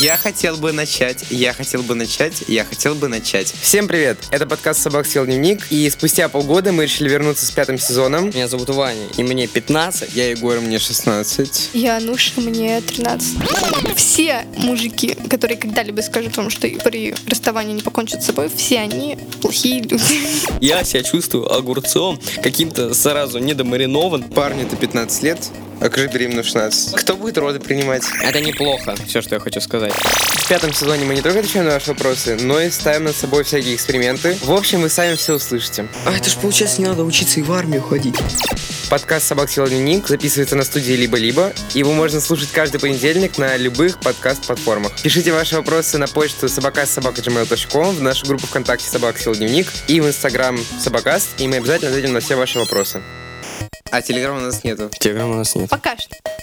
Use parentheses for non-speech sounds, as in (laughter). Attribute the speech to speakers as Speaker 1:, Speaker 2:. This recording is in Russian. Speaker 1: Я хотел бы начать, я хотел бы начать, я хотел бы начать.
Speaker 2: Всем привет! Это подкаст «Собак съел дневник», и спустя полгода мы решили вернуться с пятым сезоном.
Speaker 3: Меня зовут Ваня, и мне 15.
Speaker 1: Я Егор, мне 16.
Speaker 4: Я Ануша, мне 13. Все мужики, которые когда-либо скажут вам, что при расставании не покончат с собой, все они плохие люди. (laughs)
Speaker 3: Я себя чувствую огурцом, каким-то сразу недомаринован.
Speaker 2: Парню ты 15 лет, а к беременна в 16. Кто будет роды принимать?
Speaker 3: Это неплохо, все, что я хочу сказать.
Speaker 2: В пятом сезоне мы не только отвечаем на ваши вопросы, но и ставим над собой всякие эксперименты. В общем, вы сами все услышите.
Speaker 3: А это ж получается не надо учиться и в армию ходить.
Speaker 2: Подкаст «Собак съел дневник» записывается на студии «Либо-либо». Его можно слушать каждый понедельник на любых подкаст-платформах. Пишите ваши вопросы на почту собакас.собака.gmail.com, в нашу группу ВКонтакте «Собак съел дневник» и в Инстаграм «Собакаст», и мы обязательно ответим на все ваши вопросы. А Телеграма у нас нету.
Speaker 3: Телеграм у нас нет.
Speaker 4: Пока что.